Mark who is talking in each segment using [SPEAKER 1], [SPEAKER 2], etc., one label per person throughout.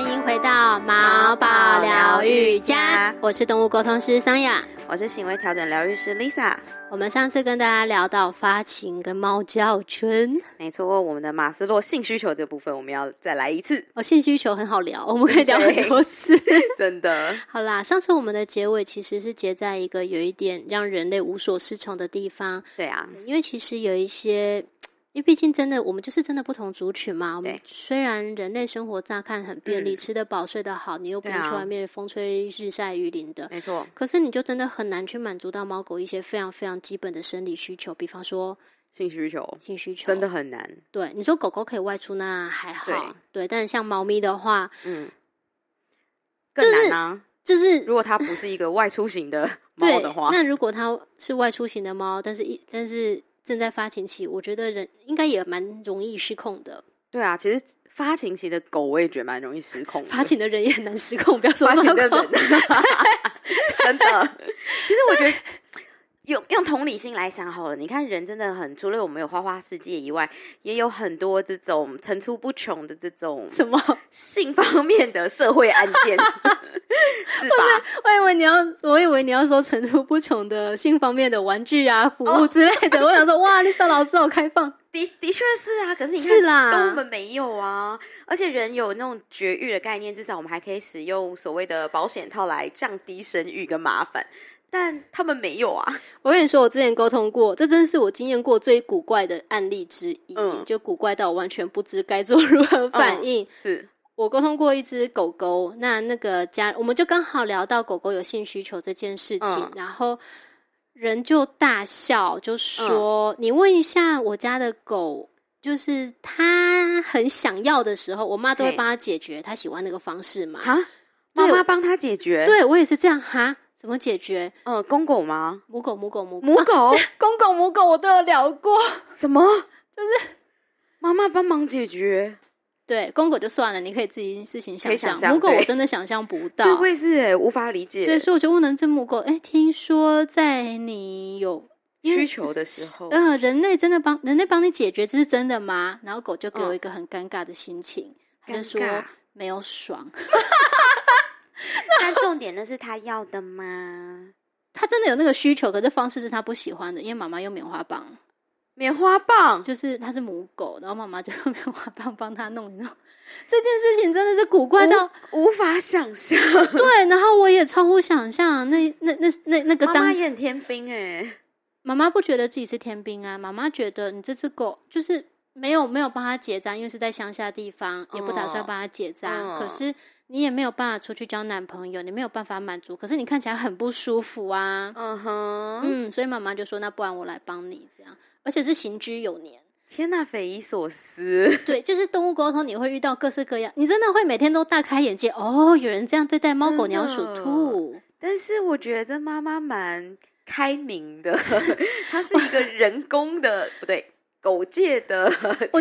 [SPEAKER 1] 迎回到毛宝疗愈家，我是动物沟通师桑雅。
[SPEAKER 2] 我是行为调整疗愈师 Lisa。
[SPEAKER 1] 我们上次跟大家聊到发情跟猫叫圈，
[SPEAKER 2] 没错，我们的马斯洛性需求这部分，我们要再来一次，
[SPEAKER 1] 哦，性需求很好聊，我们可以聊很多次。
[SPEAKER 2] 真的。
[SPEAKER 1] 好啦，上次我们的结尾其实是结在一个有一点让人类无所适从的地方，
[SPEAKER 2] 对啊，
[SPEAKER 1] 因为其实有一些。因为毕竟真的，我们就是真的不同族群嘛。我们
[SPEAKER 2] 对
[SPEAKER 1] 虽然人类生活乍看很便利，
[SPEAKER 2] 嗯
[SPEAKER 1] 吃得饱、睡得好，你又不
[SPEAKER 2] 对
[SPEAKER 1] 用去
[SPEAKER 2] 啊
[SPEAKER 1] 外面风吹日晒雨淋的，
[SPEAKER 2] 没错，
[SPEAKER 1] 可是你就真的很难去满足到猫狗一些非常非常基本的生理需求，比方说
[SPEAKER 2] 性需求
[SPEAKER 1] 性需求。
[SPEAKER 2] 真的很难。
[SPEAKER 1] 对，你说狗狗可以外出那还好，对，但是像猫咪的话，
[SPEAKER 2] 嗯，更难啊！
[SPEAKER 1] 就是
[SPEAKER 2] 如果它不是一个外出型的猫
[SPEAKER 1] 对
[SPEAKER 2] 的话，
[SPEAKER 1] 那如果它是外出型的猫，但是一但是正在发情期，我觉得人应该也蛮容易失控的。
[SPEAKER 2] 对啊，其实发情期的狗我也觉得蛮容易失控的，
[SPEAKER 1] 发情的人也很难失控，不要说
[SPEAKER 2] 发
[SPEAKER 1] 猫
[SPEAKER 2] 情的
[SPEAKER 1] 狗
[SPEAKER 2] 人，真的。 其实我觉得。用用同理心来想好了，你看人真的很，除了我们有花花世界以外，也有很多这种层出不穷的这种
[SPEAKER 1] 什么？
[SPEAKER 2] 性方面的社会案 件，是吧？
[SPEAKER 1] 我以为你要，我以为你要说层出不穷的性方面的玩具啊、服
[SPEAKER 2] 哦
[SPEAKER 1] 务之类的。我想说，哇，丽莎老师好开放，
[SPEAKER 2] 的的确是啊，可是你看，
[SPEAKER 1] 是
[SPEAKER 2] 动物
[SPEAKER 1] 啦，
[SPEAKER 2] 们没有啊，而且人有那种绝育的概念，至少我们还可以使用所谓的保险套来降低生育跟麻烦，但他们没有啊。
[SPEAKER 1] 我跟你说，我之前沟通过，这真是我经验过最古怪的案例之一，
[SPEAKER 2] 嗯
[SPEAKER 1] 就古怪到我完全不知该做如何反应。
[SPEAKER 2] 是，
[SPEAKER 1] 我沟通过一只狗狗，那那个家我们就刚好聊到狗狗有性需求这件事情，
[SPEAKER 2] 嗯
[SPEAKER 1] 然后人就大笑，就说：“你问一下我家的狗，就是它很想要的时候，我妈都会
[SPEAKER 2] 嘿
[SPEAKER 1] 帮它解决，它喜欢那个方式嘛。
[SPEAKER 2] 哈，
[SPEAKER 1] 对
[SPEAKER 2] 妈妈帮他解决。
[SPEAKER 1] 对”，我也是这样哈，怎么解决？
[SPEAKER 2] 嗯，公狗吗？
[SPEAKER 1] 母狗母狗母狗
[SPEAKER 2] 母狗？
[SPEAKER 1] 公狗母狗我都有聊过，
[SPEAKER 2] 什么？就是妈妈帮忙解决。
[SPEAKER 1] 对公狗就算了，你可以自己事情
[SPEAKER 2] 可
[SPEAKER 1] 想
[SPEAKER 2] 以想
[SPEAKER 1] 象，
[SPEAKER 2] 象
[SPEAKER 1] 母狗
[SPEAKER 2] 对
[SPEAKER 1] 我真的想象不到，
[SPEAKER 2] 对，我也是哎，无法理
[SPEAKER 1] 对，
[SPEAKER 2] 解
[SPEAKER 1] 所以我就问了这母狗，哎、听说在你有因
[SPEAKER 2] 需
[SPEAKER 1] 为
[SPEAKER 2] 求的时 候。
[SPEAKER 1] 呃，人类真的帮人类帮你解决，这是真的吗？然后狗就给我
[SPEAKER 2] 嗯
[SPEAKER 1] 一个很尴尬的心情，他就
[SPEAKER 2] 尴
[SPEAKER 1] 说
[SPEAKER 2] 尬，
[SPEAKER 1] 没有爽，
[SPEAKER 2] 但重点那是他要的吗？
[SPEAKER 1] 他真的有那个需求，可是方式是他不喜欢的，因为妈妈用棉花棒，
[SPEAKER 2] 棉花棒，
[SPEAKER 1] 就是它是母狗，然后妈妈就用 棉花棒帮它弄一弄，这件事情真的是古
[SPEAKER 2] 哦
[SPEAKER 1] 怪到、
[SPEAKER 2] 无法想象。
[SPEAKER 1] 对，然后我也超乎想象，那那那那那个
[SPEAKER 2] 妈
[SPEAKER 1] 当
[SPEAKER 2] 妈也很天兵哎，
[SPEAKER 1] 妈妈不觉得自己是天兵啊，妈妈觉得你这只狗就是没有没有帮它结扎，因为是在乡下地方，也不打算
[SPEAKER 2] 嗯
[SPEAKER 1] 帮它结扎。
[SPEAKER 2] 嗯
[SPEAKER 1] 可是你也没有办法出去交男朋友，你没有办法满足，可是你看起来很不舒服啊。
[SPEAKER 2] 嗯哼，
[SPEAKER 1] 嗯，所以妈妈就说：“那不然我来帮你。”这样，而且是行之有年。
[SPEAKER 2] 天呐，匪夷所思！
[SPEAKER 1] 对，就是动物沟通，你会遇到各式各样，你真的会每天都大开眼界。哦，有人这样对待猫狗、
[SPEAKER 2] 真的
[SPEAKER 1] 鸟、鼠、兔，
[SPEAKER 2] 但是我觉得妈妈蛮开明的， 它是一个人工的，不对，狗界的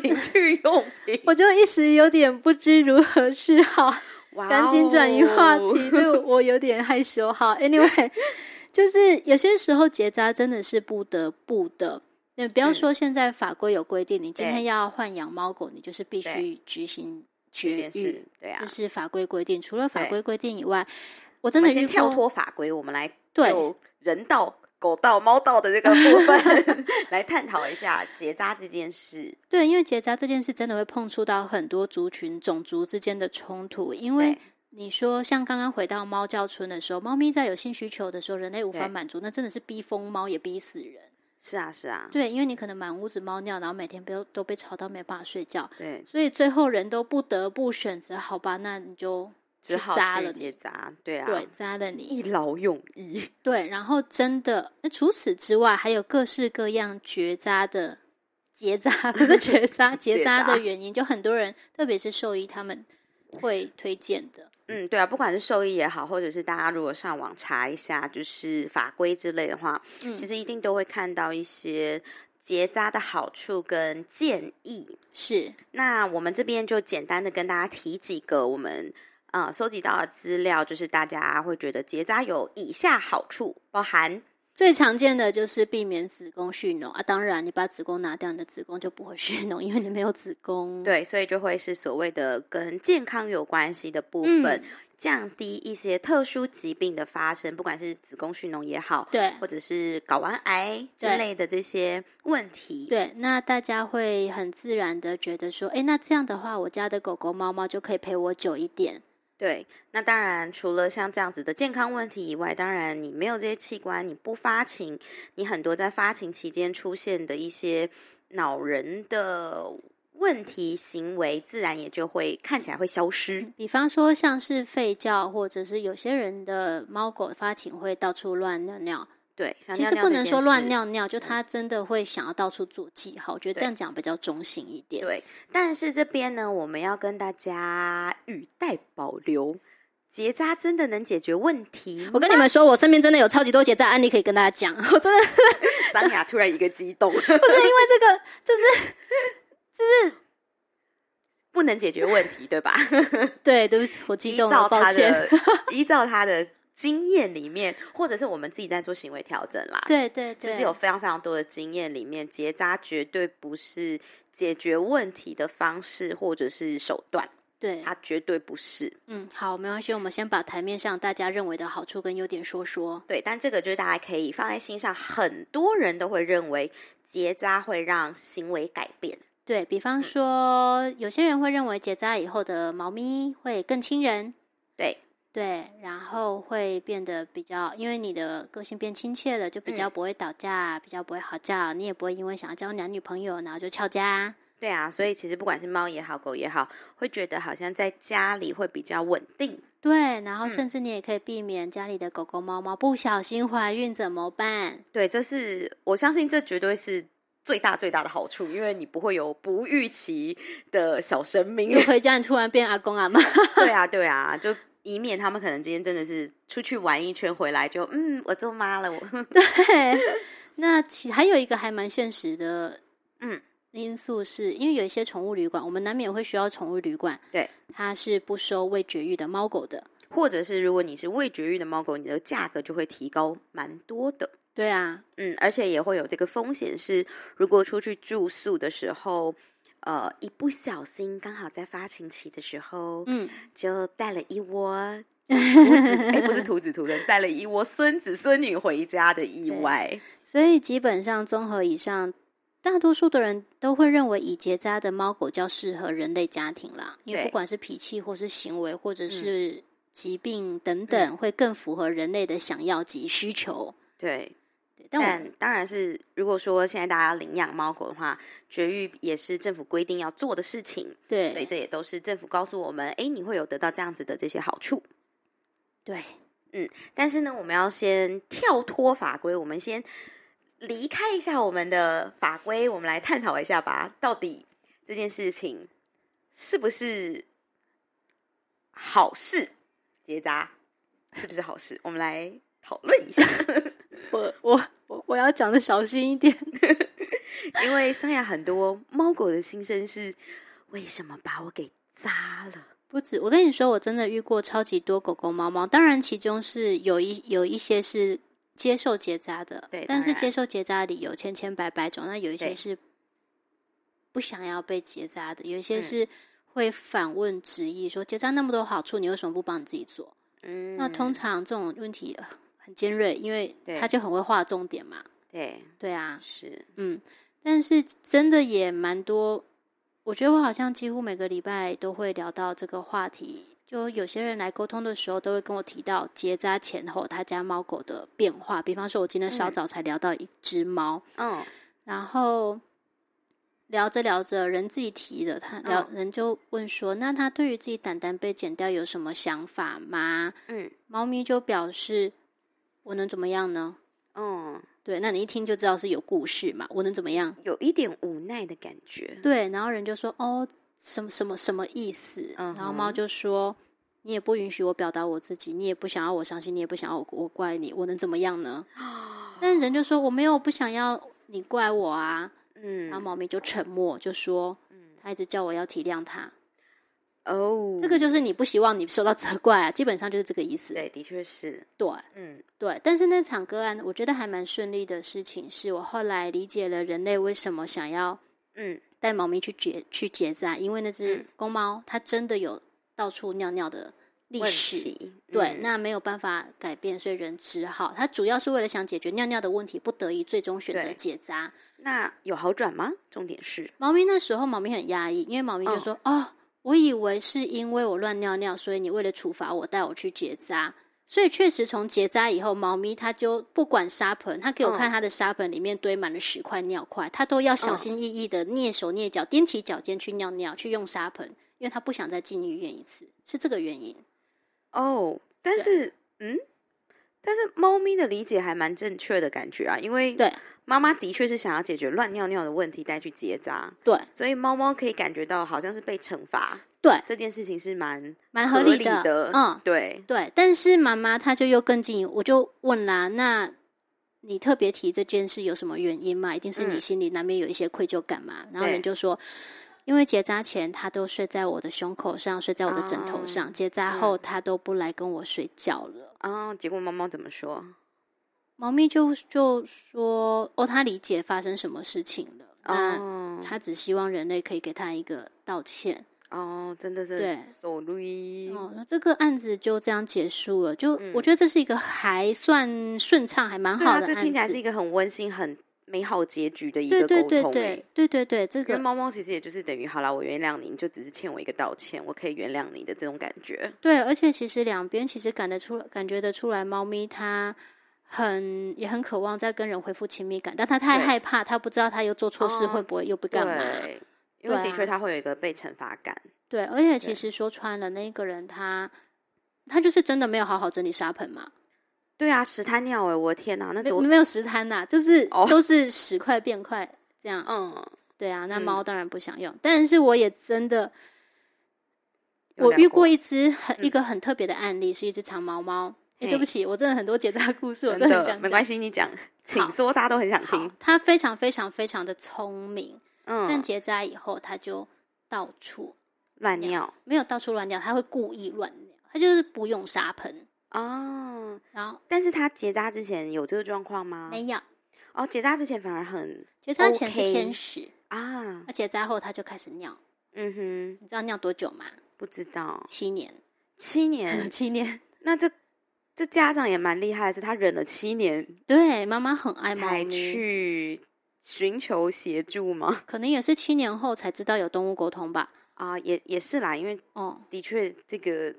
[SPEAKER 2] 情趣用品。
[SPEAKER 1] 我就一时有点不知如何是好。
[SPEAKER 2] 哇哦
[SPEAKER 1] 赶紧转移话
[SPEAKER 2] 啊
[SPEAKER 1] 题，这个我有点害羞。好，Anyway，就是有些时候结扎真的是不得不的。你不要
[SPEAKER 2] 嗯
[SPEAKER 1] 说现在法规有规定，你今
[SPEAKER 2] 对
[SPEAKER 1] 天要换养猫狗，你就是必须执行
[SPEAKER 2] 这
[SPEAKER 1] 绝
[SPEAKER 2] 件
[SPEAKER 1] 育
[SPEAKER 2] 事，，对啊
[SPEAKER 1] 这。是法规规定。除了法
[SPEAKER 2] 对
[SPEAKER 1] 规规定以外，我
[SPEAKER 2] 我
[SPEAKER 1] 真的
[SPEAKER 2] 们
[SPEAKER 1] 遇
[SPEAKER 2] 先跳
[SPEAKER 1] 过
[SPEAKER 2] 脱法规，我们来
[SPEAKER 1] 对
[SPEAKER 2] 就人道、狗道、猫道的这个部 分来探讨一下结扎这件事。
[SPEAKER 1] 对，因为结扎这件事真的会碰触到很多族群、种族之间的冲突，因为
[SPEAKER 2] 对。
[SPEAKER 1] 你说像刚刚回到猫叫村的时候，猫咪在有性需求的时候，人类无法
[SPEAKER 2] 对
[SPEAKER 1] 满足，那真的是逼疯猫也逼死人。
[SPEAKER 2] 是啊，是啊，
[SPEAKER 1] 对，因为你可能满屋子猫尿，然后每天都都被吵到没办法睡觉，
[SPEAKER 2] 对，
[SPEAKER 1] 所以最后人都不得不选择，好吧，那你就
[SPEAKER 2] 只
[SPEAKER 1] 去
[SPEAKER 2] 好
[SPEAKER 1] 扎了
[SPEAKER 2] 去
[SPEAKER 1] 你
[SPEAKER 2] 结扎，对啊，
[SPEAKER 1] 对，嗯扎了
[SPEAKER 2] 一
[SPEAKER 1] 你，
[SPEAKER 2] 劳永逸。
[SPEAKER 1] 对，然后真的，那除此之外，还有各式各样绝扎的结扎，不是绝扎，结
[SPEAKER 2] 结
[SPEAKER 1] 扎
[SPEAKER 2] 扎
[SPEAKER 1] 的原因，就很多人，特别是兽医，他们会推荐的。
[SPEAKER 2] 嗯，对啊，不管是兽医也好，或者是大家如果上网查一下，就是法规之类的话，
[SPEAKER 1] 嗯
[SPEAKER 2] 其实一定都会看到一些结扎的好处跟建议。
[SPEAKER 1] 是，
[SPEAKER 2] 那我们这边就简单的跟大家提几个我们呃收集到的资料，就是大家会觉得结扎有以下好处，包含
[SPEAKER 1] 最常见的就是避免子宫蓄脓啊，当然你把子宫拿掉，你的子宫就不会 蓄脓，因为你没有子宫。
[SPEAKER 2] 对，所以就会是所谓的跟健康有关系的部
[SPEAKER 1] 嗯，
[SPEAKER 2] 分，降低一些特殊疾病的发生，不管是子宫蓄脓也好，
[SPEAKER 1] 对
[SPEAKER 2] 或者是睾丸癌之
[SPEAKER 1] 对
[SPEAKER 2] 类的这些问题。
[SPEAKER 1] 对，那大家会很自然的觉得说，哎，那这样的话，我家的狗狗、猫猫就可以陪我久一点。
[SPEAKER 2] 对，那当然，除了像这样子的健康问题以外，当然你没有这些器官，你不发情，你很多在发情期间出现的一些恼人的问题行为，自然也就会看起来会消失。
[SPEAKER 1] 比方说像是吠叫，或者是有些人的猫狗发情会到处乱尿尿，
[SPEAKER 2] 对，像
[SPEAKER 1] 其
[SPEAKER 2] 尿
[SPEAKER 1] 实
[SPEAKER 2] 尿
[SPEAKER 1] 不
[SPEAKER 2] 这
[SPEAKER 1] 能
[SPEAKER 2] 件
[SPEAKER 1] 说乱
[SPEAKER 2] 事。
[SPEAKER 1] 尿尿，就它真的会想要到处做记号。我觉得
[SPEAKER 2] 对
[SPEAKER 1] 这样讲比较中性一点。
[SPEAKER 2] 对，但是这边呢，我们要跟大家语带保留，结扎真的能解决问题吗？
[SPEAKER 1] 我跟你们说，我身边真的有超级多结扎案例可以跟大家讲， 我真的
[SPEAKER 2] 桑雅突然一个激动，
[SPEAKER 1] 因为这个
[SPEAKER 2] 不能解决问题，对吧？
[SPEAKER 1] 对，对不起，我激
[SPEAKER 2] 依
[SPEAKER 1] 动
[SPEAKER 2] 照
[SPEAKER 1] 了，抱
[SPEAKER 2] 他
[SPEAKER 1] 歉。
[SPEAKER 2] 的 依照他的经验里面，或者是我们自己在做行为调整啦。，
[SPEAKER 1] 对对
[SPEAKER 2] 其
[SPEAKER 1] 对，
[SPEAKER 2] 实有非常非常多的经验里面，结扎绝对不是解决问题的方式或者是手段，
[SPEAKER 1] 对，
[SPEAKER 2] 它绝对不是。
[SPEAKER 1] 嗯，好，没关系，我们先把台面上大家认为的好处跟优点说说。
[SPEAKER 2] 对，但这个就是大家可以放在心上，很多人都会认为结扎会让行为改变。
[SPEAKER 1] 对比方说，有些人会认为结扎以后的猫咪会更亲人，
[SPEAKER 2] 对，
[SPEAKER 1] 对，然后会变得比较，因为你的个性变亲切了，就比较不会打架，比较不会嚎叫，你也不会因为想要交男女朋友然后就翘家。
[SPEAKER 2] 对啊，所以其实不管是猫也好，狗也好，会觉得好像在家里会比较稳定。
[SPEAKER 1] 对，然后
[SPEAKER 2] 嗯
[SPEAKER 1] 甚至你也可以避免家里的狗狗、猫猫不小心怀孕怎么办？
[SPEAKER 2] 对，这是我相信这绝对是最大最大的好处，因为你不会有不预期的小生命
[SPEAKER 1] 又。回家你突然变阿公阿妈，
[SPEAKER 2] 对啊，对啊，就以免他们可能今天真的是出去玩一圈回来就嗯，我做妈了，我
[SPEAKER 1] 对， 那其还有一个还蛮现实的，
[SPEAKER 2] 嗯，
[SPEAKER 1] 因素是因为有一些宠物旅馆，我们难免会需要宠物旅馆，
[SPEAKER 2] 对，
[SPEAKER 1] 它是不收未绝育的猫狗的。
[SPEAKER 2] 或者是如果你是未绝育的猫狗，你的价格就会提高蛮多的。
[SPEAKER 1] 对啊，
[SPEAKER 2] 嗯，而且也会有这个风险是，如果出去住宿的时候，呃，一不小心刚好在发情期的时候，
[SPEAKER 1] 嗯，
[SPEAKER 2] 就带了一窝徒子，哎，不是徒子徒人，带了一窝孙子孙女回家的意外。
[SPEAKER 1] 所以基本上综合以上，大多数的人都会认为已结扎的猫狗较适合人类家庭啦，因为
[SPEAKER 2] 对
[SPEAKER 1] 不管是脾气或是行为或者
[SPEAKER 2] 嗯
[SPEAKER 1] 是疾病等等，会更符合人类的想要及需求。
[SPEAKER 2] 对，
[SPEAKER 1] 对但我
[SPEAKER 2] 但当然是，如果说现在大家领养猫狗的话，绝育也是政府规定要做的事情，所以这也都是政府告诉我们，哎，你会有得到这样子的这些好处。
[SPEAKER 1] 对
[SPEAKER 2] 但是呢，我们要先跳脱法规，我们先离开一下我们的法规，我们来探讨一下吧，到底这件事情是不是好事？结扎是不是好事？我们来讨论一下，
[SPEAKER 1] 我我我我要讲的小心一点。
[SPEAKER 2] 因为桑雅很多猫狗的心声是：为什么把我给扎了？
[SPEAKER 1] 不止，我跟你说，我真的遇过超级多狗狗、猫猫。当然，其中是有一有一些是接受结扎的，
[SPEAKER 2] 对
[SPEAKER 1] 但是
[SPEAKER 2] 当然
[SPEAKER 1] 接受结扎的理由千千百百种。那有一些
[SPEAKER 2] 对
[SPEAKER 1] 是不想要被结扎的，有一些
[SPEAKER 2] 嗯
[SPEAKER 1] 是会反问质疑说：“结扎那么多好处，你为什么不帮你自己做？”
[SPEAKER 2] 嗯
[SPEAKER 1] 那通常这种问题呃很尖锐，因为
[SPEAKER 2] 对
[SPEAKER 1] 他就很会划重点嘛。
[SPEAKER 2] 对
[SPEAKER 1] 对啊，
[SPEAKER 2] 是
[SPEAKER 1] 嗯，但是真的也蛮多，我觉得我好像几乎每个礼拜都会聊到这个话题。就有些人来沟通的时候，都会跟我提到结扎前后他家猫狗的变化。比方说，我今天稍
[SPEAKER 2] 嗯
[SPEAKER 1] 早才聊到一只猫，
[SPEAKER 2] 嗯
[SPEAKER 1] 然后聊着聊着，人自己提的，他聊、人就问说：“那他对于自己胆胆被剪掉有什么想法吗
[SPEAKER 2] 嗯？”
[SPEAKER 1] 猫咪就表示：“我能怎么样呢
[SPEAKER 2] 嗯，？”
[SPEAKER 1] 对，那你一听就知道是有故事嘛，我能怎么样？
[SPEAKER 2] 有一点无奈的感觉。
[SPEAKER 1] 对，然后人就说哦，什么什么什么意思？
[SPEAKER 2] 嗯
[SPEAKER 1] 然后猫
[SPEAKER 2] 哼
[SPEAKER 1] 就说，你也不允许我表达我自己，你也不想要我伤心，你也不想要我我怪你，我能怎么样 呢？但人就说我没有不想要你怪我啊。
[SPEAKER 2] 嗯
[SPEAKER 1] 然后猫咪就沉默，就说
[SPEAKER 2] 嗯
[SPEAKER 1] 它一直叫我要体谅它。
[SPEAKER 2] 哦，
[SPEAKER 1] 这个就是你不希望你受到责怪啊，基本上就是这个意思。
[SPEAKER 2] 对，的确是，
[SPEAKER 1] 对
[SPEAKER 2] 嗯，
[SPEAKER 1] 对，但是那场个案，我觉得还蛮顺利的事情，是我后来理解了人类为什么想要
[SPEAKER 2] 嗯，
[SPEAKER 1] 带猫咪去结去结扎，因为那只
[SPEAKER 2] 嗯
[SPEAKER 1] 公猫它真的有到处尿尿的历
[SPEAKER 2] 问
[SPEAKER 1] 史。
[SPEAKER 2] 题
[SPEAKER 1] 对，
[SPEAKER 2] 嗯
[SPEAKER 1] 那没有办法改变，所以人只好，他主要是为了想解决尿尿的问题，不得已最终选择
[SPEAKER 2] 对
[SPEAKER 1] 结扎。
[SPEAKER 2] 那有好转吗？重点是，
[SPEAKER 1] 猫咪那时候，猫咪很压抑，因为猫咪
[SPEAKER 2] 嗯
[SPEAKER 1] 就说：“哦，我以为是因为我乱尿尿，所以你为了处罚我，带我去结扎。”所以确实从结扎以后，猫咪它就不管沙盆，它给我
[SPEAKER 2] 嗯
[SPEAKER 1] 看它的沙盆里面堆满了十块尿块，它都要小心翼翼的蹑手蹑脚，踮起脚尖去尿尿，去用沙盆，因为它不想再进医院一次，是这个原因。
[SPEAKER 2] 哦，但
[SPEAKER 1] 对
[SPEAKER 2] 是，嗯，但是猫咪的理解还蛮正确的感觉啊，因为
[SPEAKER 1] 对
[SPEAKER 2] 妈妈的确是想要解决乱尿尿的问题，带去结扎，
[SPEAKER 1] 对
[SPEAKER 2] 所以猫猫可以感觉到好像是被惩罚，
[SPEAKER 1] 对，
[SPEAKER 2] 这件事情是蛮
[SPEAKER 1] 蛮
[SPEAKER 2] 合
[SPEAKER 1] 理
[SPEAKER 2] 理的
[SPEAKER 1] 嗯，
[SPEAKER 2] 对，
[SPEAKER 1] 对，但是妈妈她就又更进一步，我就问啦，那你特别提这件事有什么原因吗？一定是你
[SPEAKER 2] 嗯
[SPEAKER 1] 心里难免有一些愧疚感嘛。然后
[SPEAKER 2] 对
[SPEAKER 1] 人就说，因为结扎前她都睡在我的胸口上，睡在我的枕头
[SPEAKER 2] 哦
[SPEAKER 1] 上，结扎后她都不来跟我睡觉了。
[SPEAKER 2] 哦，结果猫猫怎么说？
[SPEAKER 1] 猫咪就就说，哦，她理解发生什么事情了，那
[SPEAKER 2] 哦，
[SPEAKER 1] 她只希望人类可以给她一个道歉。
[SPEAKER 2] 哦，真的是
[SPEAKER 1] 对
[SPEAKER 2] sorry，
[SPEAKER 1] 哦，那这个案子就这样结束了。就、
[SPEAKER 2] 嗯
[SPEAKER 1] 我觉得这是一个还算顺畅、还蛮
[SPEAKER 2] 对
[SPEAKER 1] 好
[SPEAKER 2] 啊，
[SPEAKER 1] 的案
[SPEAKER 2] 这
[SPEAKER 1] 子。
[SPEAKER 2] 听起来是一个很温馨、很美好结局的一
[SPEAKER 1] 对
[SPEAKER 2] 个
[SPEAKER 1] 对
[SPEAKER 2] 沟
[SPEAKER 1] 对
[SPEAKER 2] 通、欸
[SPEAKER 1] 对。对对对，这
[SPEAKER 2] 因为
[SPEAKER 1] 个
[SPEAKER 2] 猫猫其实也就是等于好啦，我原谅你，你就只是欠我一个道歉，我可以原谅你的这种感觉。
[SPEAKER 1] 对，而且其实两边其实感得出来，感觉得出来，猫咪它很也很渴望再跟人恢复亲密感，但它太
[SPEAKER 2] 对
[SPEAKER 1] 害怕，它不知道它又做错事会
[SPEAKER 2] 哦
[SPEAKER 1] 不会又不干嘛。
[SPEAKER 2] 对，因为
[SPEAKER 1] 对
[SPEAKER 2] 的确
[SPEAKER 1] 啊
[SPEAKER 2] 它会有一个被惩罚感。
[SPEAKER 1] 对，而且其
[SPEAKER 2] 对
[SPEAKER 1] 实说穿了，那个人他他就是真的没有好好整理沙盆嘛，
[SPEAKER 2] 对啊，屎它尿哎、我的天哪、那
[SPEAKER 1] 没
[SPEAKER 2] 多
[SPEAKER 1] 没有石滩呐、就是、
[SPEAKER 2] 哦
[SPEAKER 1] 都是石块变块这样。
[SPEAKER 2] 嗯，
[SPEAKER 1] 对啊，那
[SPEAKER 2] 嗯
[SPEAKER 1] 猫当然不想用，但是我也真的，
[SPEAKER 2] 有
[SPEAKER 1] 我
[SPEAKER 2] 聊
[SPEAKER 1] 遇过一只很一
[SPEAKER 2] 嗯
[SPEAKER 1] 个很特别的案例，是一只长毛猫。哎、对
[SPEAKER 2] 嘿
[SPEAKER 1] 不起，我真的很多结扎故事，我
[SPEAKER 2] 真
[SPEAKER 1] 真的很想
[SPEAKER 2] 的没关
[SPEAKER 1] 系。
[SPEAKER 2] 系，你讲，请
[SPEAKER 1] 好
[SPEAKER 2] 说，大家都很想
[SPEAKER 1] 好
[SPEAKER 2] 听。，
[SPEAKER 1] 它非常非常非常的聪明，但
[SPEAKER 2] 嗯，
[SPEAKER 1] 结扎以后，它就到处
[SPEAKER 2] 乱
[SPEAKER 1] 尿
[SPEAKER 2] 尿
[SPEAKER 1] 没有到处乱尿，它会故意乱尿，它就是不用沙盆，
[SPEAKER 2] 哦，
[SPEAKER 1] 然后
[SPEAKER 2] 但是它结扎之前有这个状况吗？
[SPEAKER 1] 没有。
[SPEAKER 2] 哦，结扎之前反而很
[SPEAKER 1] 结扎前是
[SPEAKER 2] OK
[SPEAKER 1] 天使，
[SPEAKER 2] 啊，
[SPEAKER 1] 那结扎后它就开始尿，
[SPEAKER 2] 嗯哼，
[SPEAKER 1] 你知道尿多久吗？
[SPEAKER 2] 不知道
[SPEAKER 1] 七年，
[SPEAKER 2] 七 年，
[SPEAKER 1] 七年。
[SPEAKER 2] 那这这家长也蛮厉害的，是他忍了七年
[SPEAKER 1] 对，妈妈很爱猫
[SPEAKER 2] 才
[SPEAKER 1] 咪，
[SPEAKER 2] 去寻求协助吗？
[SPEAKER 1] 可能也是七年后才知道有动物沟通吧。
[SPEAKER 2] 啊，也也是啦，因为
[SPEAKER 1] 哦，
[SPEAKER 2] 的确这个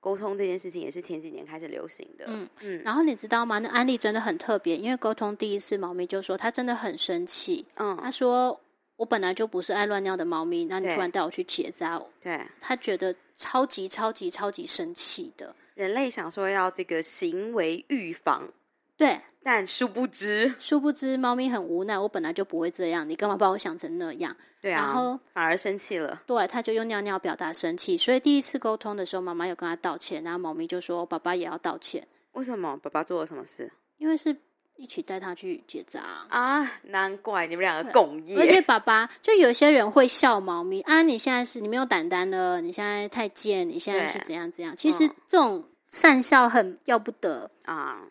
[SPEAKER 2] 沟通这件事情也是前几年开始流行的，
[SPEAKER 1] 嗯
[SPEAKER 2] 嗯
[SPEAKER 1] 然后你知道吗？那案例真的很特别，因为沟通第一次，猫咪就说它真的很生气，它
[SPEAKER 2] 嗯，
[SPEAKER 1] 说我本来就不是爱乱尿的猫咪，那你
[SPEAKER 2] 对
[SPEAKER 1] 突然带我去结扎，
[SPEAKER 2] 对，
[SPEAKER 1] 它觉得超级超级超级生气的。
[SPEAKER 2] 人类想说要这个行为预防，
[SPEAKER 1] 对，
[SPEAKER 2] 但殊不知，
[SPEAKER 1] 殊不知猫咪很无奈，我本来就不会这样，你干嘛把我想成那样？
[SPEAKER 2] 对
[SPEAKER 1] 然
[SPEAKER 2] 啊，
[SPEAKER 1] 后
[SPEAKER 2] 反而生气了，
[SPEAKER 1] 对，他就用尿尿表达生气，所以第一次沟通的时候，妈妈有跟他道歉，然后猫咪就说爸爸也要道歉，
[SPEAKER 2] 为什么？爸爸做了什么事
[SPEAKER 1] 因为是一起带他去结扎啊。
[SPEAKER 2] 啊？难怪你们两个
[SPEAKER 1] 对
[SPEAKER 2] 共
[SPEAKER 1] 而且
[SPEAKER 2] 业，
[SPEAKER 1] 爸爸就有些人会笑猫咪啊，你现在是你没有胆胆了，你现在太贱，你现在是
[SPEAKER 2] 对
[SPEAKER 1] 怎样怎样。其实
[SPEAKER 2] 嗯
[SPEAKER 1] 这种善笑很要不得，
[SPEAKER 2] 啊。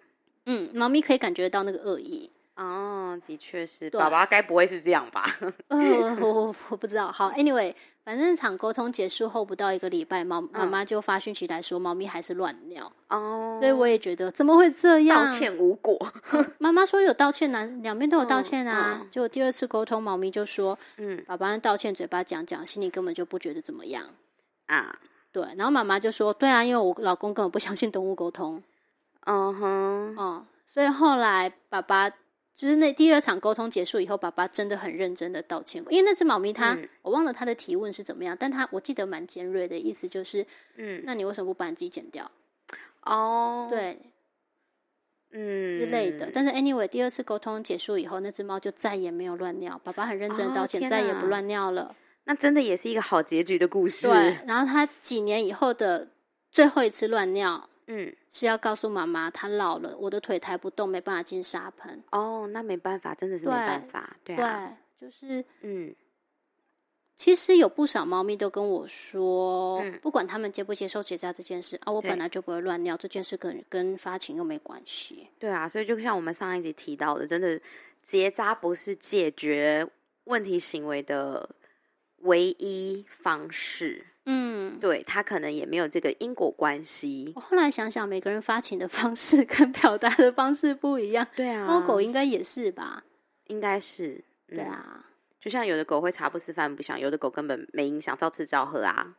[SPEAKER 1] 嗯，猫咪可以感觉到那个恶意。
[SPEAKER 2] 哦，的确是，
[SPEAKER 1] 对
[SPEAKER 2] 爸爸该不会是这样吧？
[SPEAKER 1] 呃，我我我不知道。好，anyway，反正场沟通结束后不到一个礼拜，猫妈
[SPEAKER 2] 嗯
[SPEAKER 1] 妈就发讯息来说猫咪还是乱尿，
[SPEAKER 2] 哦，
[SPEAKER 1] 所以我也觉得怎么会这样？
[SPEAKER 2] 道歉无果。
[SPEAKER 1] 妈妈说有道歉啊，两边都有道
[SPEAKER 2] 嗯
[SPEAKER 1] 歉啊。
[SPEAKER 2] 嗯
[SPEAKER 1] 结果第二次沟通，猫咪就说
[SPEAKER 2] 嗯
[SPEAKER 1] 爸爸道歉，嘴巴讲讲，心里根本就不觉得怎么样。
[SPEAKER 2] 啊，
[SPEAKER 1] 对，然后妈妈就说：“对啊，因为我老公根本不相信动物沟通，
[SPEAKER 2] 嗯哼，
[SPEAKER 1] 哦、所以后来爸爸就是那第二场沟通结束以后，爸爸真的很认真的道歉，因为那只猫咪它，
[SPEAKER 2] 嗯
[SPEAKER 1] 我忘了它的提问是怎么样，但它我记得蛮尖锐的，意思就是，
[SPEAKER 2] 嗯，
[SPEAKER 1] 那你为什么不把你自己剪掉？
[SPEAKER 2] 哦，，
[SPEAKER 1] 对
[SPEAKER 2] 嗯
[SPEAKER 1] 之类的。但是 anyway，第二次沟通结束以后，那只猫就再也没有乱尿，爸爸很认真的
[SPEAKER 2] 哦
[SPEAKER 1] 道歉，
[SPEAKER 2] 天
[SPEAKER 1] 再也不
[SPEAKER 2] 哪
[SPEAKER 1] 乱尿了。
[SPEAKER 2] 那真的也是一个好结局的故事。
[SPEAKER 1] 对，然后它几年以后的最后一次乱尿，
[SPEAKER 2] 嗯，
[SPEAKER 1] 是要告诉妈妈，她老了，我的腿抬不动，没办法进沙盆。
[SPEAKER 2] 哦，那没办法，真的是没
[SPEAKER 1] 对啊
[SPEAKER 2] 办法，对啊，
[SPEAKER 1] 对，就是
[SPEAKER 2] 嗯，
[SPEAKER 1] 其实有不少猫咪都跟我说，
[SPEAKER 2] 嗯
[SPEAKER 1] 不管它们接不接受结扎这件事啊，我
[SPEAKER 2] 对
[SPEAKER 1] 本来就不会乱尿，这件事跟跟发情又没关系。
[SPEAKER 2] 对啊，所以就像我们上一集提到的，真的结扎不是解决问题行为的唯一方式，
[SPEAKER 1] 嗯，
[SPEAKER 2] 对它可能也没有这个因果关系
[SPEAKER 1] 我。后来想想，每个人发情的方式 跟表达的方式不一样，
[SPEAKER 2] 对啊，
[SPEAKER 1] 猫狗应该也是吧？
[SPEAKER 2] 应该是，嗯、
[SPEAKER 1] 对，啊，
[SPEAKER 2] 就像有的狗会茶不思饭不想，有的狗根本没影响，照吃照喝啊，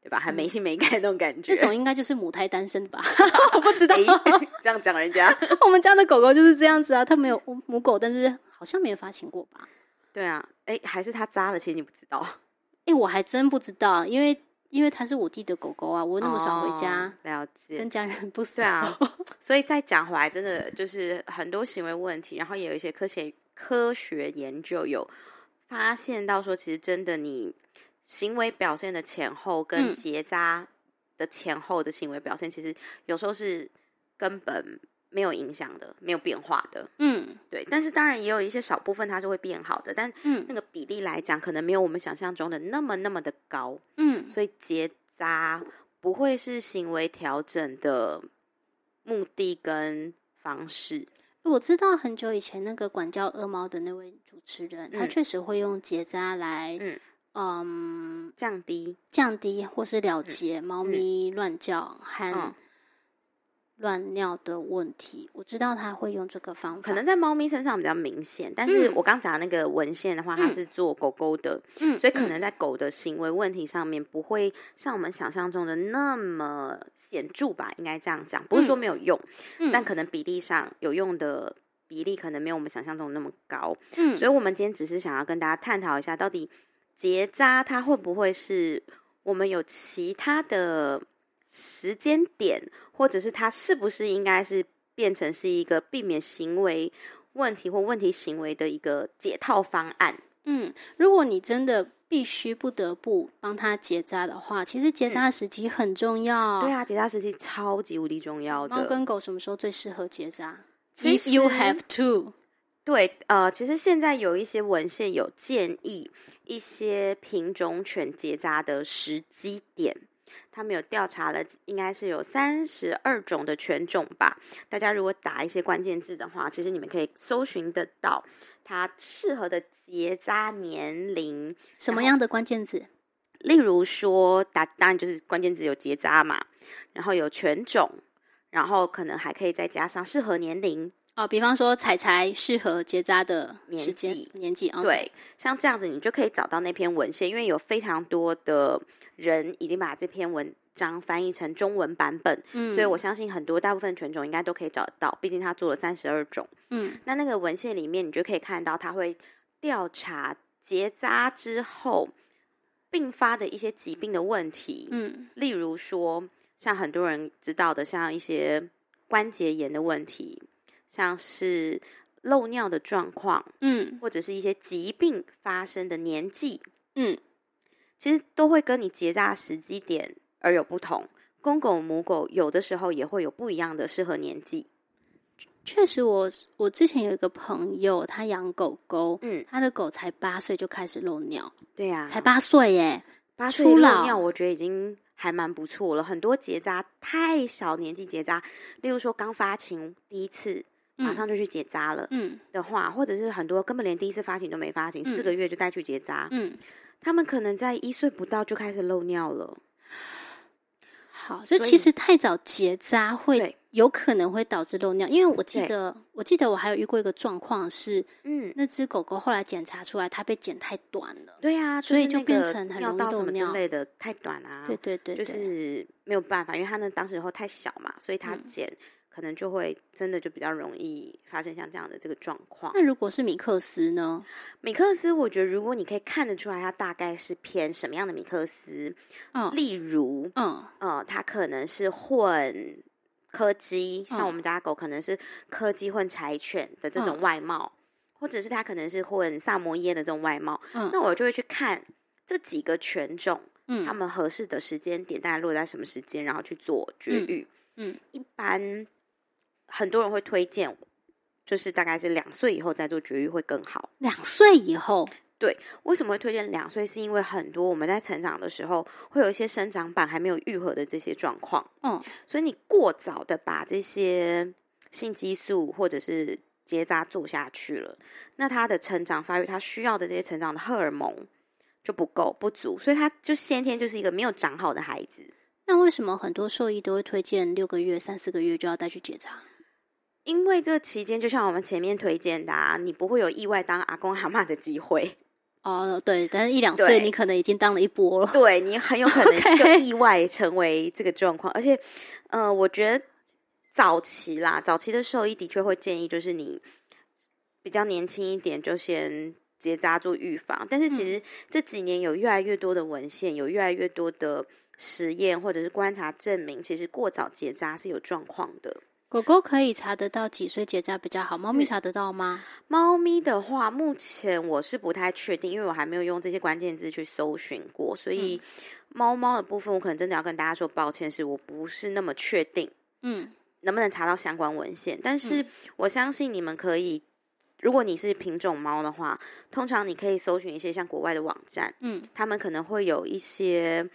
[SPEAKER 2] 对吧？还没心没肝那种感
[SPEAKER 1] 嗯
[SPEAKER 2] 觉。
[SPEAKER 1] 这种应该就是母胎单身吧？ 我不知道，
[SPEAKER 2] 哎这样讲人家，
[SPEAKER 1] 我们家的狗狗就是这样子啊，它没有母母狗，但是好像没有发情过吧？
[SPEAKER 2] 对啊，哎、还是它扎了，其实你不知道。
[SPEAKER 1] 哎、我还真不知道，因为因为它是我弟的狗狗啊，我那么少回家
[SPEAKER 2] 哦，，了解
[SPEAKER 1] 跟。家人不熟。
[SPEAKER 2] 对啊所以再讲回来，真的就是很多行为问题，然后也有一些科学科学研究有发现到说，其实真的你行为表现的前后跟
[SPEAKER 1] 嗯
[SPEAKER 2] 结扎的前后的行为表现，其实有时候是根本没有影响的，没有变化的。
[SPEAKER 1] 嗯
[SPEAKER 2] 对，但是当然也有一些少部分它是会变好的，但
[SPEAKER 1] 嗯
[SPEAKER 2] 那个比例来讲，可能没有我们想象中的那么那么的高。
[SPEAKER 1] 嗯，
[SPEAKER 2] 所以结扎不会是行为调整的目的跟方式。
[SPEAKER 1] 我知道很久以前那个管教恶猫的那位主持人，他
[SPEAKER 2] 嗯
[SPEAKER 1] 确实会用结扎来，
[SPEAKER 2] 嗯
[SPEAKER 1] 嗯
[SPEAKER 2] 降低，
[SPEAKER 1] 降低或是了结猫
[SPEAKER 2] 嗯
[SPEAKER 1] 咪乱叫
[SPEAKER 2] 嗯
[SPEAKER 1] 和乱尿的问题。我知道他会用这个方法，
[SPEAKER 2] 可能在猫咪身上比较明显，但是
[SPEAKER 1] 嗯
[SPEAKER 2] 我刚讲的那个文献的话，它
[SPEAKER 1] 嗯
[SPEAKER 2] 是做狗狗的，
[SPEAKER 1] 嗯，
[SPEAKER 2] 所以可
[SPEAKER 1] 嗯
[SPEAKER 2] 能在狗的行为问题上面不会像我们想象中的那么显著吧，应该这样讲，不是说
[SPEAKER 1] 嗯
[SPEAKER 2] 没有用，
[SPEAKER 1] 嗯
[SPEAKER 2] 但可能比例上有用的比例可能没有我们想象中的那么高。
[SPEAKER 1] 嗯
[SPEAKER 2] 所以，我们今天只是想要跟大家探讨一下，到底结扎它会不会是我们有其他的时间点，或者是它是不是应该是变成是一个避免行为问题或问题行为的一个解套方案？
[SPEAKER 1] 嗯，如果你真的必须不得不帮他结扎的话，其实结扎的时机很重要。
[SPEAKER 2] 嗯对啊，结扎时期超级无敌重要
[SPEAKER 1] 猫
[SPEAKER 2] 的。
[SPEAKER 1] 哦跟狗什么时候最适合结扎
[SPEAKER 2] 其
[SPEAKER 1] ？If you
[SPEAKER 2] 实
[SPEAKER 1] have to，
[SPEAKER 2] 对，呃，其实现在有一些文献有建议一些品种犬结扎的时机点。他们有调查了，应该是有三十二种的犬种吧。大家如果打一些关键字的话，其实你们可以搜寻得到它适合的结扎年龄。
[SPEAKER 1] 什么样的关键字？
[SPEAKER 2] 例如说，打当然就是关键字有结扎嘛，然后有犬种，然后可能还可以再加上适合年龄，
[SPEAKER 1] 哦，比方说彩彩适合结扎的
[SPEAKER 2] 年
[SPEAKER 1] 时间
[SPEAKER 2] 纪
[SPEAKER 1] 年纪啊，
[SPEAKER 2] 对，像这样子，你就可以找到那篇文献，因为有非常多的人已经把这篇文章翻译成中文版本，
[SPEAKER 1] 嗯，
[SPEAKER 2] 所以我相信很多大部分犬种应该都可以找得到，毕竟它做了三十二种。
[SPEAKER 1] 嗯
[SPEAKER 2] 那那个文献里面，你就可以看到它会调查结扎之后并发的一些疾病的问题，
[SPEAKER 1] 嗯
[SPEAKER 2] 例如说，像很多人知道的，像一些关节炎的问题，像是漏尿的状况。
[SPEAKER 1] 嗯
[SPEAKER 2] 或者是一些疾病发生的年纪，
[SPEAKER 1] 嗯，
[SPEAKER 2] 其实都会跟你结扎的时机点而有不同。公狗、母狗有的时候也会有不一样的适合年纪。
[SPEAKER 1] 确实我，我之前有一个朋友，他养狗狗，
[SPEAKER 2] 嗯，
[SPEAKER 1] 他的狗才八岁就开始漏尿，
[SPEAKER 2] 对呀、
[SPEAKER 1] 才八岁耶，
[SPEAKER 2] 八
[SPEAKER 1] 初
[SPEAKER 2] 岁漏
[SPEAKER 1] 老
[SPEAKER 2] 尿，我觉得已经还蛮不错了。很多结扎太小年纪结扎，例如说刚发情第一次。马
[SPEAKER 1] 嗯
[SPEAKER 2] 上就去结扎了
[SPEAKER 1] 嗯
[SPEAKER 2] 的话，或者是很多根本连第一次发情都没发情，四
[SPEAKER 1] 嗯
[SPEAKER 2] 个月就带去结扎，
[SPEAKER 1] 嗯，
[SPEAKER 2] 他们可能在一岁不到就开始漏尿了。
[SPEAKER 1] 好，就
[SPEAKER 2] 所
[SPEAKER 1] 其
[SPEAKER 2] 以
[SPEAKER 1] 实太早结扎会
[SPEAKER 2] 对
[SPEAKER 1] 有可能会导致漏尿，因为我记
[SPEAKER 2] 对
[SPEAKER 1] 得我记得我还有遇过一个状况是，
[SPEAKER 2] 嗯，
[SPEAKER 1] 那只狗狗后来检查出来它被剪太短了，
[SPEAKER 2] 对啊，
[SPEAKER 1] 所以
[SPEAKER 2] 是
[SPEAKER 1] 就
[SPEAKER 2] 那
[SPEAKER 1] 变
[SPEAKER 2] 个
[SPEAKER 1] 成很
[SPEAKER 2] 尿
[SPEAKER 1] 容易
[SPEAKER 2] 道什
[SPEAKER 1] 漏
[SPEAKER 2] 么之
[SPEAKER 1] 尿
[SPEAKER 2] 类的太短啊，
[SPEAKER 1] 对对对对，
[SPEAKER 2] 就是没有办法，因为他那当时候太小嘛，所以他
[SPEAKER 1] 嗯
[SPEAKER 2] 剪、可能就会真的就比较容易发生像这样的这个状况。
[SPEAKER 1] 那如果是米克斯呢？
[SPEAKER 2] 米克斯，我觉得如果你可以看得出来，它大概是偏什么样的米克斯，
[SPEAKER 1] 嗯
[SPEAKER 2] 例如，
[SPEAKER 1] 嗯
[SPEAKER 2] 呃，它可能是混柯基，像我
[SPEAKER 1] 嗯
[SPEAKER 2] 们家狗可能是柯基混柴犬的这种
[SPEAKER 1] 嗯
[SPEAKER 2] 外貌，或者是它可能是混萨摩耶的这种外貌，
[SPEAKER 1] 嗯
[SPEAKER 2] 那我就会去看这几个犬种，它
[SPEAKER 1] 嗯
[SPEAKER 2] 们合适的时间点大概落在什么时间，然后去做绝
[SPEAKER 1] 嗯
[SPEAKER 2] 育。
[SPEAKER 1] 嗯
[SPEAKER 2] 一般很多人会推荐，就是大概是两岁以后再做绝育会更好。
[SPEAKER 1] 两岁以后，
[SPEAKER 2] 对，为什么会推荐两岁？是因为很多我们在成长的时候，会有一些生长板还没有愈合的这些状况，
[SPEAKER 1] 嗯，
[SPEAKER 2] 所以你过早的把这些性激素或者是结扎做下去了，那他的成长发育，他需要的这些成长的荷尔蒙就不够不足，所以他就先天就是一个没有长好的孩子。
[SPEAKER 1] 那为什么很多兽医都会推荐六个月、三四个月就要带去结扎？
[SPEAKER 2] 因为这期间，就像我们前面推荐的、啊，你不会有意外当阿公阿妈的机会，
[SPEAKER 1] 哦，对，但是一两岁
[SPEAKER 2] 对
[SPEAKER 1] 你可能已经当了一波了。
[SPEAKER 2] 对你很有可能
[SPEAKER 1] OK
[SPEAKER 2] 就意外成为这个状况。而且，呃，我觉得早期啦，早期的兽医的确会建议，就是你比较年轻一点就先结扎做预防。但是其实这几年有越来越多的文献，有越来越多的实验或者是观察证明，其实过早结扎是有状况的。
[SPEAKER 1] 狗狗可以查得到几岁结扎比较好，猫
[SPEAKER 2] 嗯
[SPEAKER 1] 咪查得到吗？
[SPEAKER 2] 猫咪的话，目前我是不太确定，因为我还没有用这些关键字去搜寻过，所以猫猫的部分，我可能真的要跟大家说抱歉，是我不是那么确定
[SPEAKER 1] 嗯，
[SPEAKER 2] 能不能查到相关文献，但是我相信你们可以。如果你是品种猫的话，通常你可以搜寻一些像国外的网站，
[SPEAKER 1] 嗯，
[SPEAKER 2] 他们可能会有一些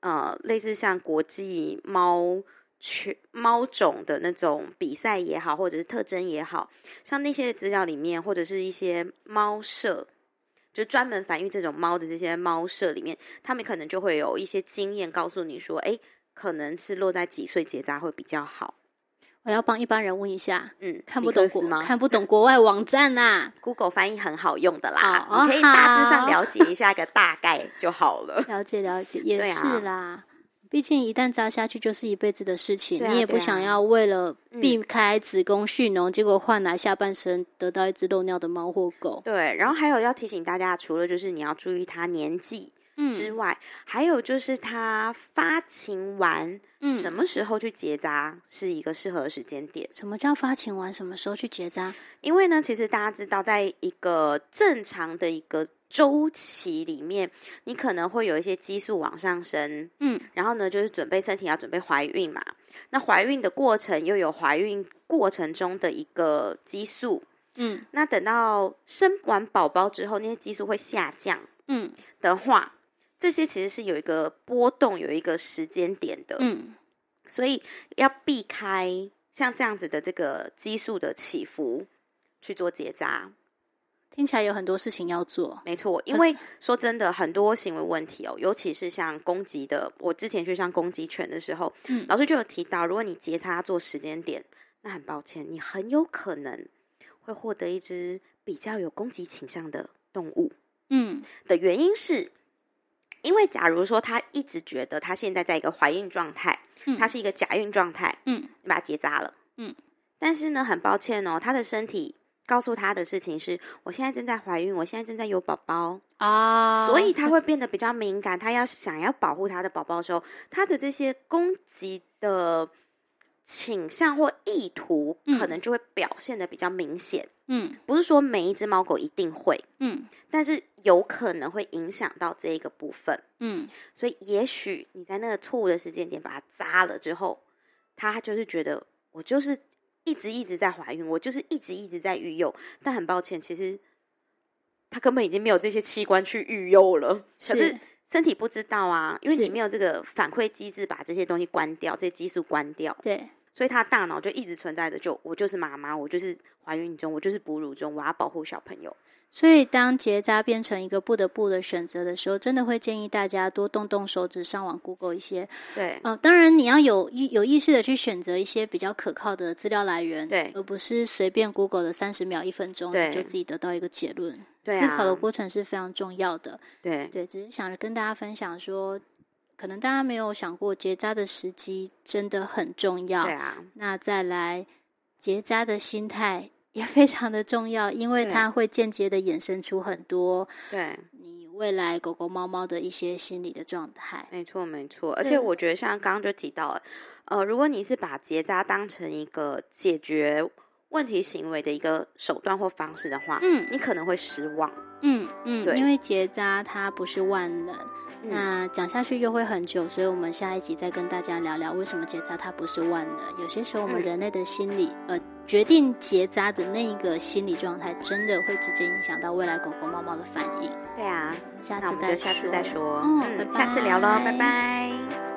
[SPEAKER 2] 呃类似像国际猫犬猫种的那种比赛也好，或者是特征也好，像那些资料里面，或者是一些猫舍，就专门繁育这种猫的这些猫舍里面，他们可能就会有一些经验告诉你说，哎，可能是落在几岁结扎会比较好。
[SPEAKER 1] 我要帮一般人问一下，
[SPEAKER 2] 嗯，
[SPEAKER 1] 看
[SPEAKER 2] 尼
[SPEAKER 1] 不
[SPEAKER 2] 克
[SPEAKER 1] 懂
[SPEAKER 2] 斯
[SPEAKER 1] 国
[SPEAKER 2] 吗
[SPEAKER 1] 看不懂国外网站啊呐、
[SPEAKER 2] Google 翻译很好用的啦，
[SPEAKER 1] 哦
[SPEAKER 2] 你可以大致上
[SPEAKER 1] 好
[SPEAKER 2] 了解一下个大概就好了。
[SPEAKER 1] 了解了解，也
[SPEAKER 2] 对啊
[SPEAKER 1] 是啦。毕竟一旦扎下去就是一辈子的事情，
[SPEAKER 2] 对啊
[SPEAKER 1] 你也
[SPEAKER 2] 对
[SPEAKER 1] 不
[SPEAKER 2] 啊
[SPEAKER 1] 想要为了
[SPEAKER 2] 嗯
[SPEAKER 1] 避开子宫蓄脓，结果换来下半生得到一只漏尿的猫或狗。
[SPEAKER 2] 对，然后还有要提醒大家，除了就是你要注意它年纪之
[SPEAKER 1] 嗯
[SPEAKER 2] 外，还有就是它发情完、
[SPEAKER 1] 嗯，
[SPEAKER 2] 什么时候去结扎是一个适合的时间点。
[SPEAKER 1] 什么叫发情完什么时候去结扎？
[SPEAKER 2] 因为呢，其实大家知道，在一个正常的一个周期里面，你可能会有一些激素往上升，
[SPEAKER 1] 嗯，
[SPEAKER 2] 然后呢，就是准备身体要准备怀孕嘛。那怀孕的过程又有怀孕过程中的一个激素，
[SPEAKER 1] 嗯
[SPEAKER 2] 那等到生完宝宝之后，那些激素会下降。
[SPEAKER 1] 嗯
[SPEAKER 2] 的话，这些其实是有一个波动，有一个时间点的，
[SPEAKER 1] 嗯，
[SPEAKER 2] 所以要避开像这样子的这个激素的起伏去做结扎。
[SPEAKER 1] 听起来有很多事情要做。
[SPEAKER 2] 没错，
[SPEAKER 1] 可
[SPEAKER 2] 因
[SPEAKER 1] 是
[SPEAKER 2] 为说真的，很多行为问题哦，尤其是像攻击的，我之前去上攻击犬的时候，
[SPEAKER 1] 嗯
[SPEAKER 2] 老师就有提到，如果你结扎做时间点，那很抱歉，你很有可能会获得一只比较有攻击倾向的动物。
[SPEAKER 1] 嗯
[SPEAKER 2] 的原因是，因为假如说她一直觉得她现在在一个怀孕状态，
[SPEAKER 1] 嗯
[SPEAKER 2] 她是一个假孕状态，
[SPEAKER 1] 嗯
[SPEAKER 2] 你把它结扎了，
[SPEAKER 1] 嗯，
[SPEAKER 2] 但是呢，很抱歉哦，她的身体告诉她的事情是，我现在正在怀孕，我现在正在有宝宝，
[SPEAKER 1] 啊，
[SPEAKER 2] 所以她会变得比较敏感，她要想要保护她的宝宝的时候，她的这些攻击的。倾向或意图
[SPEAKER 1] 嗯
[SPEAKER 2] 可能就会表现的比较明显，
[SPEAKER 1] 嗯
[SPEAKER 2] 不是说每一只猫狗一定会，
[SPEAKER 1] 嗯
[SPEAKER 2] 但是有可能会影响到这一个部分。
[SPEAKER 1] 嗯
[SPEAKER 2] 所以也许你在那个错误的时间点把它扎了之后，他就是觉得我就是一直一直在怀孕，我就是一直一直在育幼，但很抱歉，其实他根本已经没有这些器官去育幼了，可是
[SPEAKER 1] 是
[SPEAKER 2] 身体不知道啊，因为你
[SPEAKER 1] 是
[SPEAKER 2] 没有这个反馈机制把这些东西关掉，这些激素关掉，
[SPEAKER 1] 对，
[SPEAKER 2] 所以他的大脑就一直存在着，就我就是妈妈，我就是怀孕中，我就是哺乳中，我要保护小朋友。
[SPEAKER 1] 所以当结扎变成一个不得不的选择的时候，真的会建议大家多动动手指，上网 Google 一些。
[SPEAKER 2] 对，
[SPEAKER 1] 呃，当然你要有意有意识的去选择一些比较可靠的资料来源，
[SPEAKER 2] 对
[SPEAKER 1] 而不是随便 Google 的三十秒、一分钟
[SPEAKER 2] 对
[SPEAKER 1] 你就自己得到一个结论。
[SPEAKER 2] 对
[SPEAKER 1] 思考
[SPEAKER 2] 啊
[SPEAKER 1] 的过程是非常重要的。
[SPEAKER 2] 对，
[SPEAKER 1] 对，只是想跟大家分享说，可能大家没有想过结扎的时机真的很重要。
[SPEAKER 2] 对啊，
[SPEAKER 1] 那再来，结扎的心态也非常的重要，因为
[SPEAKER 2] 对
[SPEAKER 1] 它会间接的衍生出很多
[SPEAKER 2] 对。
[SPEAKER 1] 你未来狗狗、猫猫的一些心理的状态。
[SPEAKER 2] 没错，没错。而
[SPEAKER 1] 对
[SPEAKER 2] 且我觉得像刚刚就提到了，呃，如果你是把结扎当成一个解决问题行为的一个手段或方式的话，
[SPEAKER 1] 嗯
[SPEAKER 2] 你可能会失望。
[SPEAKER 1] 嗯嗯，
[SPEAKER 2] 对嗯
[SPEAKER 1] 因为结扎它不是万能，那讲下去又会很久，所以我们下一集再跟大家聊聊为什么结扎它不是万能。有些时候我们
[SPEAKER 2] 嗯
[SPEAKER 1] 人类的心理，呃，决定结扎的那一个心理状态，真的会直接影响到未来狗狗、猫猫的反应。
[SPEAKER 2] 对啊，
[SPEAKER 1] 下
[SPEAKER 2] 那我
[SPEAKER 1] 次
[SPEAKER 2] 们就
[SPEAKER 1] 再
[SPEAKER 2] 下次再说，
[SPEAKER 1] 嗯，拜拜
[SPEAKER 2] 下次聊喽，拜拜